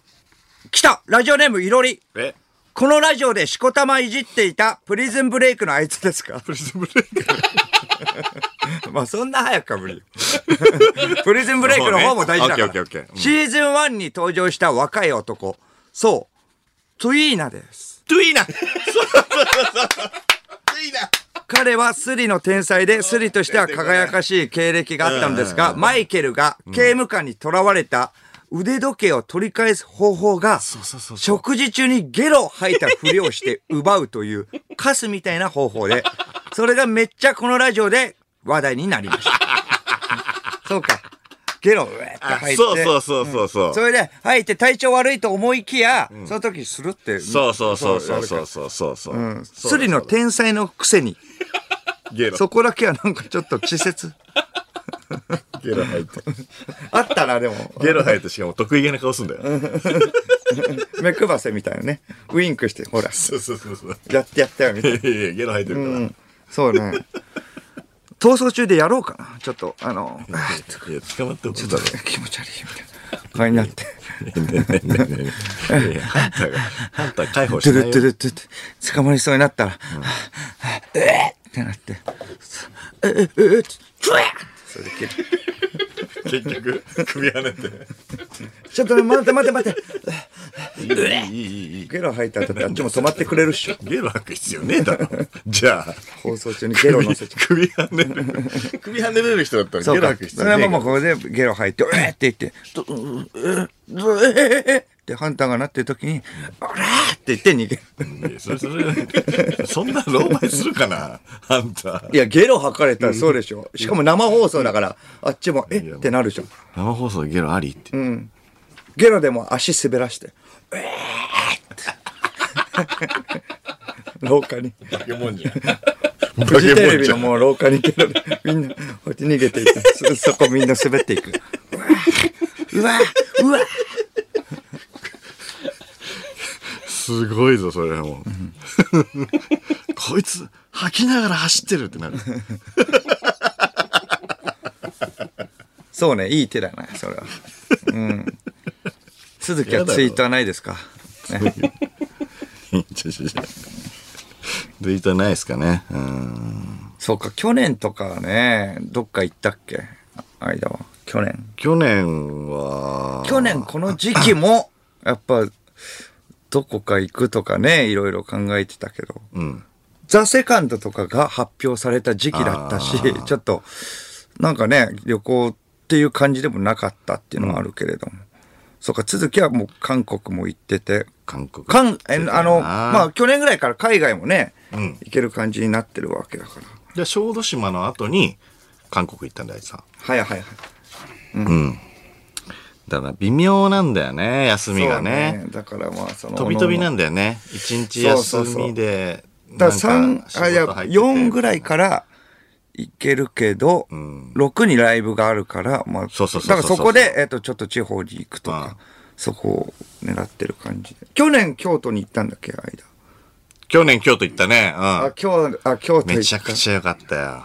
C: 来たラジオネームいろり。
B: え
C: このラジオでしこたまいじっていたプリズンブレイクのあいつですか
B: プリズンブレイク
C: まあそんな早くかぶり。 プリズンブレイクの方も大事だから。
B: そうねオッケーオッケーオッケーうん
C: シーズン1に登場した若い男。そう。トゥイーナです。
B: トゥイーナトゥイーナ
C: 彼はスリの天才で、スリとしては輝かしい経歴があったのですが、マイケルが刑務官に囚われた腕時計を取り返す方法が、
B: うそうそう
C: 食事中にゲロを吐いたふりをして奪う という、カスみたいな方法で、それがめっちゃこのラジオで話題になりま した。そうか。ゲロをうえーって吐いて。
B: そうそうそうそうそう。
C: それで吐いて体調悪いと思いきや、その時スルって。
B: そうそうそうそうそうそうそうそう。
C: スリの天才のくせに、
B: ゲロ。
C: そこだけはなんかちょっと稚拙。
B: ゲロ入って。
C: あったな、でも。
B: ゲロ入ってしかも得意げな顔すんだよ。
C: 目くばせみたいなね。ウインクして、ほら、
B: そうそうそうそう。
C: やってやったよ、みたいな。
B: いやいやいやゲロ入ってるから。
C: そうね。逃走中でやろうかな。ちょっと、あの、
B: いや、捕まってもちょっとね。
C: 気持ち悪いみたいな感じになって。
B: ねえねえねえねえいやハンターが、ハンター解放
C: ド
B: し
C: ゥ
B: な
C: ル
B: い
C: ドゥ
B: よ。
C: ルドゥル捕まりそうになったら、うえーってなって、うえうえうえちょえそれで切る
B: 結局、首跳ね
C: ちょっと待って待って待っ
B: て。
C: て。
B: いいいいいいいい。
C: ゲロ吐いた後ってあっちも止まってくれるっしょ。
B: ゲロ吐く必要ねえ だろ。じゃあ。
C: 放送中にゲロ乗せちゃう。
B: 首跳ねる。首跳ねれる人だったら
C: そ
B: ゲ
C: う
B: ロ
C: か
B: 吐く。必
C: そ
B: 要
C: れ
B: ね
C: は
B: え
C: も
B: だ
C: う
B: ろ
C: もうこれでゲロ吐いて、うえーって言って、どうえーうえーってハンターがなってる時に、あらーって言って逃げる。
B: いやそれそれそんな老媒するかなハンター
C: いや、ゲロ吐かれたらそうでしょ。しかも生放送だから、あっちも、えってなるでしょ。
B: 生放送ゲロありって、
C: ゲロでも足滑らして、えーって。廊下に。
B: バケモンじゃん
C: フジテレビ
B: じゃ
C: の
B: ん
C: もう廊下にゲロで、みんな、こうやって逃げていった。そそこみんな滑っていく。うわうわうわ
B: すごいぞそれはもう、 こいつ吐きながら走ってるってなる
C: そうね、いい手だな、それは。うん。鈴木はツイートはないですかね
B: ちょちょちょツイートないですかねうん
C: そうか、去年とかね、どっか行ったっけ間は。去年。
B: 去年は
C: 去年この時期も、やっぱ、どこか行くとかね、いろいろ考えてたけど、ザ・セカンドとかが発表された時期だったし、ちょっと、なんかね、旅行っていう感じでもなかったっていうのはあるけれども、そうか、続きはもう韓国も行ってて、
B: 韓国
C: 韓、えあの、ま
B: あ
C: あ去年ぐらいから海外もね、行ける感じになってるわけだから。
B: じゃあ小豆島の後に韓国行ったんだあいつさん
C: はいはいはい。
B: だから微妙なんだよね休みがね
C: そうだからまあその、
B: 飛び飛びなんだよね。一日休みで。
C: だから三あいや4ぐ
B: い。
C: らいから行けるけど、6にライブがあるから、まあ、
B: そうそうそうそう
C: だからそこで、えっとちょっと地方に行くとか、
B: うん
C: そこを狙ってる感じで去年京都に行ったんだっけ間
B: 去年京都行ったね。
C: あ京あ京
B: う
C: 都
B: ん。
C: 行った
B: めちゃくちゃ良かったよ。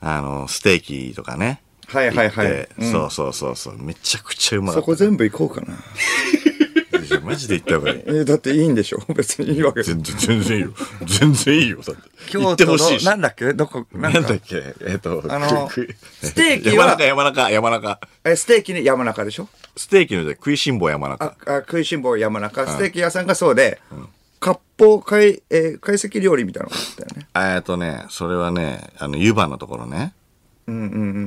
B: あの、ステーキとかね。
C: はいはいはい
B: 行ってそうそうそうそう。めちゃくちゃうまか
C: そ
B: った
C: こ。全部行こうかな
B: いやマジで行った方がいい。
C: えだっていいんでしょ 別にいいわけ
B: 全然、全然いい よ。全然いいよ。だって。行
C: 京
B: って
C: 都の
B: ほしいし。
C: なんだっけどこ
B: な
C: なんんか
B: だっけえっと、
C: あのステーキ
B: 山
C: は
B: 中、山中、山中。
C: えステーキに山中でしょ
B: ステーキのじゃ食いしん坊山
C: あ
B: 中。
C: あ食いしん坊山中ステーキ屋さんがそうで、割烹会、えー、懐石料理みたいなのがあったよね
B: えっとね、それはね、あの、湯葉のところね。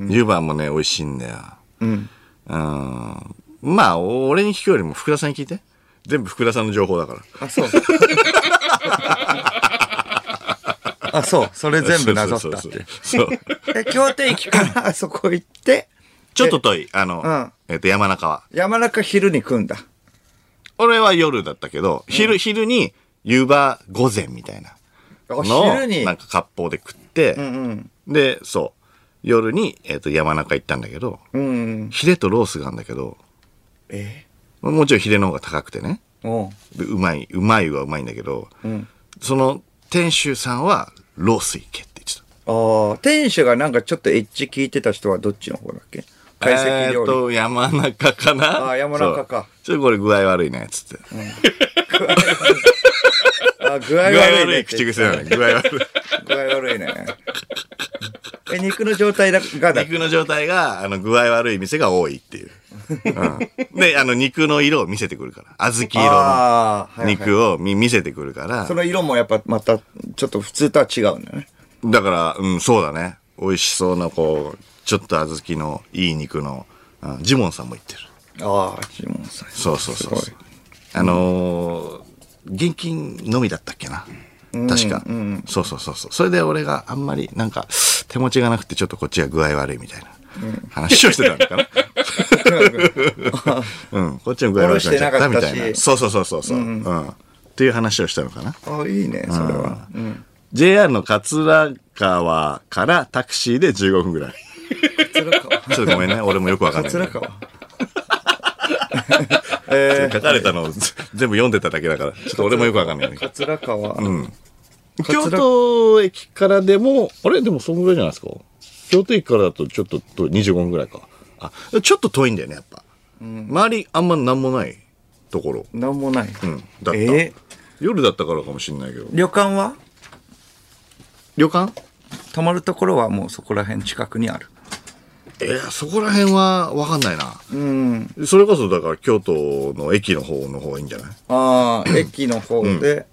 B: 湯葉もね、美味しいんだよ。うん。 まあ、俺に聞くよりも福田さんに聞いて。全部福田さんの情報だから。
C: あ、そう。あ、そう。それ 全部なぞった
B: そう
C: っ
B: そう
C: て。
B: そう そう
C: で、京都駅 からあそこ行って、
B: ちょっと遠い。あの、
C: ん
B: えっと、山中は。
C: 山中昼に来んだ。
B: 俺は夜だったけど、昼、昼に、夕場午前みたいな
C: あ
B: のを
C: 昼に。
B: なんか割烹で食って、で、そう。夜に、えっ、と、山中行ったんだけど、
C: うん。
B: ヒレとロースがあるんだけど、
C: え
B: もちろんヒレの方が高くてね。
C: おう
B: でうまい、うまいはうまいんだけど、その店主さんは、ロース行けって言ってた。
C: ああ、店主がなんかちょっとエッジ聞いてた人はどっちの方だっけ懐
B: え
C: 石
B: ー
C: 料
B: っ
C: 理。
B: と、山中かな
C: あー山中か
B: そうちょっとこれ具合悪いね、つって。
C: あ具合
B: 具合
C: 悪い
B: 悪
C: ね
B: い
C: って
B: 口
C: 言っ
B: 癖な
C: て
B: の 具合悪い。
C: た。具合悪いね。え、肉の状態だがだ。
B: 肉の状態が、あの、具合悪い店が多いっていう。うん、で、あの、肉の色を見せてくるから。小豆色
C: ああ、
B: の
C: はいはい。
B: 肉を見見せてくるから
C: そ。の色もやっぱまたちょっと普通とは違うんだね。
B: だから、うん、そうだね。美味しそうな、こう、ちょっと小豆のいい肉の、うん、ジモンさんも言ってる。
C: ああ、ジモンさん。
B: そうそうそう
C: す
B: そう。あのー現金のみだったっけな。確か、そうそうそうそう。それで俺があんまりなんか手持ちがなくてちょっとこっちが具合悪いみたいな話をしてたのかな。うん、こっちも具合悪くなっちゃったみた
C: 下ろしてなか
B: い
C: った
B: な。
C: し
B: そうそうそうそうそう、うんっていう話をしたのかな。
C: ごい。ああ、いいね、それは。
B: JR の桂川からタクシーで15分ぐらい。
C: 桂川。
B: ちょっとごめんね、俺もよくわかんない。
C: 桂川。
B: 書かれたのを全部読んでただけだから、ちょっと俺もよくわかんないんだけど。
C: 桂川。
B: 京都駅からでも、あれでもそんぐらいじゃないですか。京都駅からだとちょっとと25分ぐらいか。あ、ちょっと遠いんだよね、やっぱ。周りあんまなんもないところ。
C: なんもない。
B: うん。だった。
C: えー
B: 夜だったからかもしんないけど。
C: 旅館は
B: 旅館
C: 泊まるところはもうそこら辺近くにある。
B: いや、そこら辺はわかんないな。
C: うん。
B: それこそだから京都の駅の方の方がいいんじゃない
C: ああ、駅の方で。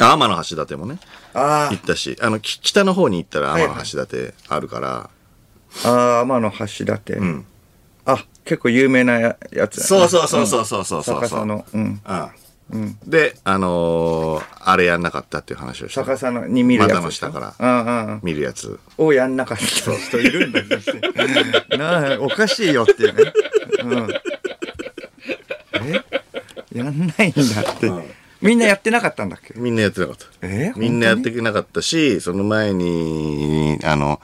B: あ天の橋立もね、
C: あ
B: 行ったし、あの、き北の方に行ったら天の橋立あるから、
C: あ、ああ、天の橋立て。あ、結構有名なややつだね
B: そうそうそうそうそうそうそう。
C: 逆さの、うん。
B: うん。で、あのーあれやんなかったっていう話をした。
C: 逆さのに見るやつ。
B: 股の下から
C: ら。うんうん。
B: 見るやつ。
C: をやんなかった人いるんだよ なあおかしいよっていうね、うん、えやんないんだって、みんなやってなかったんだっけ
B: みんなやってなかった。
C: え
B: みんなやってなかったし、その前に、あの、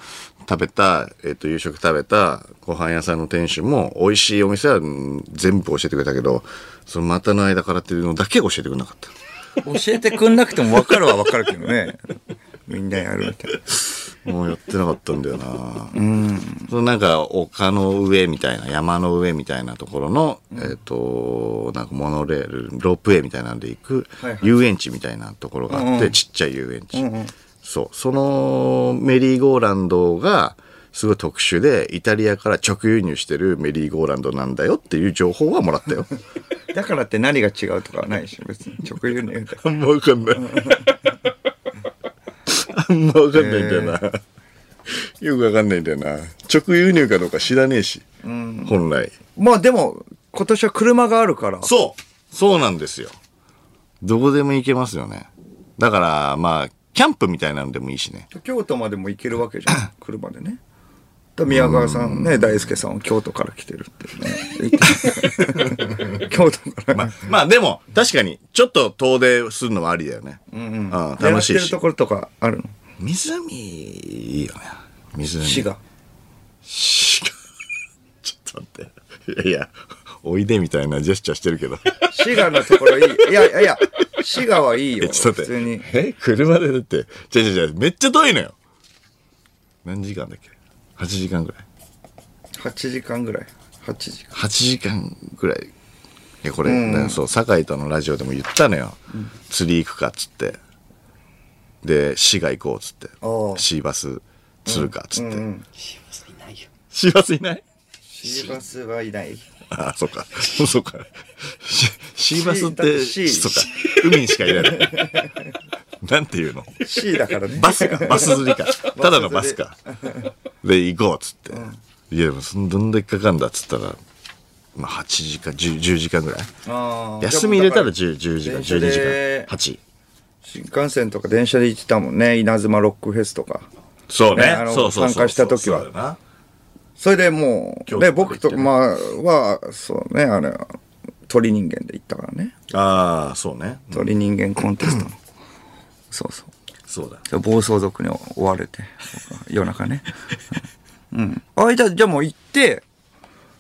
B: 食べた、えっ、と、夕食食べたご飯屋さんの店主も、美味しいお店はうん全部教えてくれたけど、その股の間からっていうのだけ教えてくれなかった。
C: 教えてくんなくても分かるは分かるけどねみんなやるみたいな
B: もうやってなかったんだよな。そのなんか丘の上みたいな、山の上みたいなところの、えっ、と、なんかモノレール、ロープウェイみたいなんで行く
C: はいはい
B: 遊園地みたいなところがあって、ちっちゃい遊園地、そう。そのメリーゴーランドが、すごい特殊で、イタリアから直輸入してるメリーゴーランドなんだよっていう情報はもらったよ。
C: だからって何が違うとかはないでしょ別に直流に言うたら
B: あんまわかんない。あんまわかんないんだよな。よくわかんないんだよな。直輸入かどうか知らねえし、本来。
C: まあでも今年は車があるから
B: そうそうなんですよ。どこでも行けますよね。だから、まあ、キャンプみたいなのでもいいしね。
C: 京都までも行けるわけじ ゃん車でねだから宮川さんね大輔さんは京都から来て るってね言って京都から、
B: ま あ、まあでも、確かに、ちょっと遠出するのもありだよね。うん
C: うん、
B: 楽しい
C: 狙ってる
B: し
C: と。ころとかあるの
B: 湖、いいよね。湖。
C: 市が
B: し ちょっと待って。いやいや、おいでみたいなジェスチャーしてるけど。
C: 滋賀のところいいいやいやいや滋賀はいい
B: え、
C: よ
B: ちょ
C: 普
B: っと待
C: 通
B: っ
C: に
B: て。え、車でだって。違う違う違う、めっちゃ遠いのよ。何時間だっけ ?8 時間ぐらい。
C: 8時間ぐらい8時間
B: 8時間ぐらい。いや、これ、だからそう、酒井とのラジオでも言ったのよ。釣り行くかっつって。で、市が行こうっつって
C: お。う
B: シーバス釣るかっつって。シーバスいないよ。シーバスいない
C: シーバスはいない
B: ああ、そっか。そうか。シシーバスっ
C: だって
B: て、
C: シー
B: そっか。海にしかいない。 なんていうの
C: C だからね
B: バスか。バス釣りか。ただのバスか。で、行こうっつって。いや、でもそんどんだけかかんだっつったら、まあ8時間、10, 10時間ぐらい。
C: あー
B: 休み入れたら
C: じゃ
B: 10, 10時間、
C: 電車で
B: 12時間。8。
C: 新幹線とか電車で行ってたもんね。稲妻ロックフェスとか。
B: そう
C: ね
B: ね
C: あ。の
B: そうそうそう。
C: 参加した時は
B: そうだな
C: それでも
B: 京
C: う、
B: 都まで行
C: で、
B: っ
C: 僕
B: て
C: と、まあ、は、そうね、あれ、鳥人間で行ったからね。
B: ああ、そうね。
C: 鳥人間コンテストの。そうそう。
B: そうだ。
C: で暴走族に追われて、僕は夜中ね。 うん。あ、じゃあ、じゃあもう行って、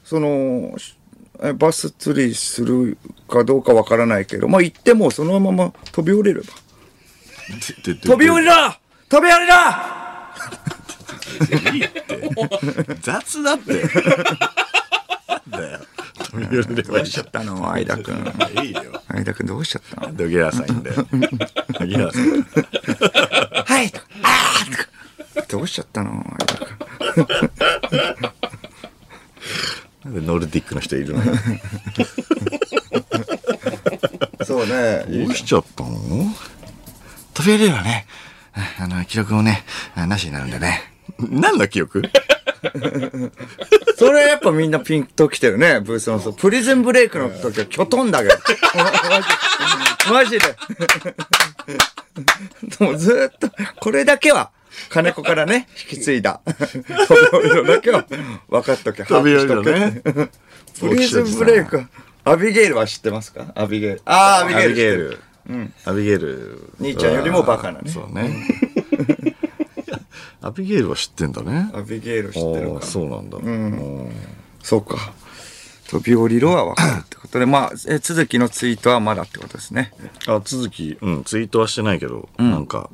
C: その、しえバス釣りするかどうかわからないけど、まあ行ってもうそのまま飛び降りれば。飛
B: 飛
C: び降りろ飛び降りろ
B: いいって。雑だって。なんだよ。飛び降りればいいじゃん
C: あの、相田くん。
B: いいよ。
C: 相田くんどうしちゃったの
B: ドギラさんいいんだよ。ドギラさん。
C: はいとか、あーとか。どうしちゃったの相田くん。
B: なんでノルディックの人いるのど
C: そうね。
B: うしちゃったの飛び降りればね、ああの、記録もね、あなしになるんでね。何の記録
C: それやっぱみんなピンときてるね、ブースの人。プリズンブレイクの時はきょとんだけど。マジで。マジで。もうずーっと、これだけは、金子からね、引き継いだ。これだけは分かっとけ。
B: 飛び降りろね
C: 把握しとけ。プリズンブレイク。アビゲイルは知ってますかアビゲイル。ああ、アビゲイル知ってる。。
B: アビゲイル。
C: 兄ちゃんよりもバカなね
B: そうね。 アビゲイルは知ってんだね。
C: アビゲイル知ってる
B: あー。
C: か
B: そうなんだ。
C: そうか。飛び降りろは分かるってことで、まあ、え続きのツイートはまだってことですね。
B: あ、続き、うん、ツイートはしてないけど、なんか、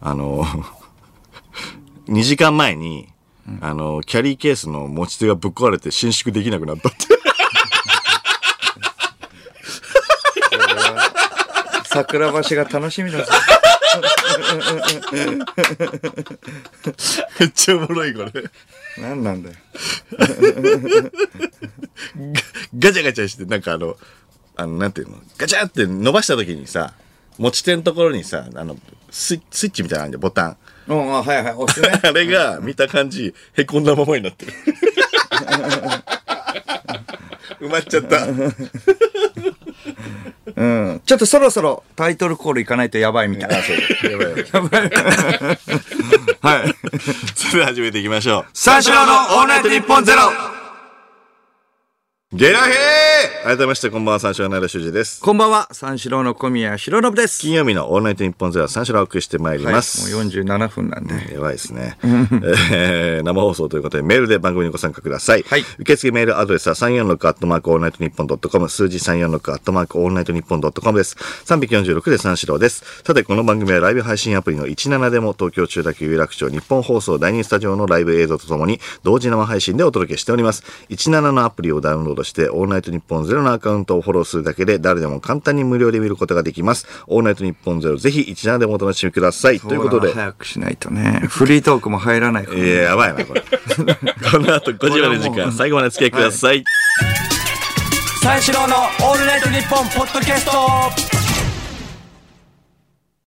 B: あの、2時間前に、あの、キャリーケースの持ち手がぶっ壊れて伸縮できなくなったって。
C: 桜橋が楽しみだ ぞ。
B: めっちゃおもろい、これ。
C: 何なんだよ。
B: ガチャガチャして、なんかあの、あの、なんていうの、ガチャって伸ばした時にさ、持ち手のところにさ、あの、スイスイッチみたいなのあるんだよ、ボタン。
C: うん、あはいはい、押すね。
B: あれが、見た感じ、へこんだままになってる。 埋まっちゃった。
C: うん。 ちょっとそろそろタイトルコール行かないとやばいみたいな。
B: やばいやばい。
C: はい。
B: それでは始めていきましょう。
C: 三四郎のオールナイトニッポンゼロ
B: ゲラヘー改めまして、こんばんは、三四郎の間修二です。
C: こんばんは、三四郎の小宮浩信です。
B: 金曜日のオールナイトニッポンゼロは三四郎をお送りしてまいり
C: はいもう
B: ます。
C: 47分なんで。
B: やばいですね。えー生放送ということで、メールで番組にご参加ください。
C: はい
B: 受付メールアドレスは346アットマークオールナイトニッポンドットコム、数字346アットマークオールナイトニッポンドットコムです。346で三四郎です。さて、この番組はライブ配信アプリの17でも東京中田区有楽町日本放送第2スタジオのライブ映像とともに、同時生配信でお届けしております。17のアプリをダウンロードして、オールナイトニッポンゼロのアカウントをフォローするだけで、誰でも簡単に無料で見ることができます。オールナイトニッポンゼロ、ぜひ17でもお楽しみください。ということで、
C: 早くしないとね。フリートークも入らないから
B: いや、やばいな、これ。この後5時までの時間、最後までお付き合いください。
C: 三四郎のオールナイトニッポンポッドキャスト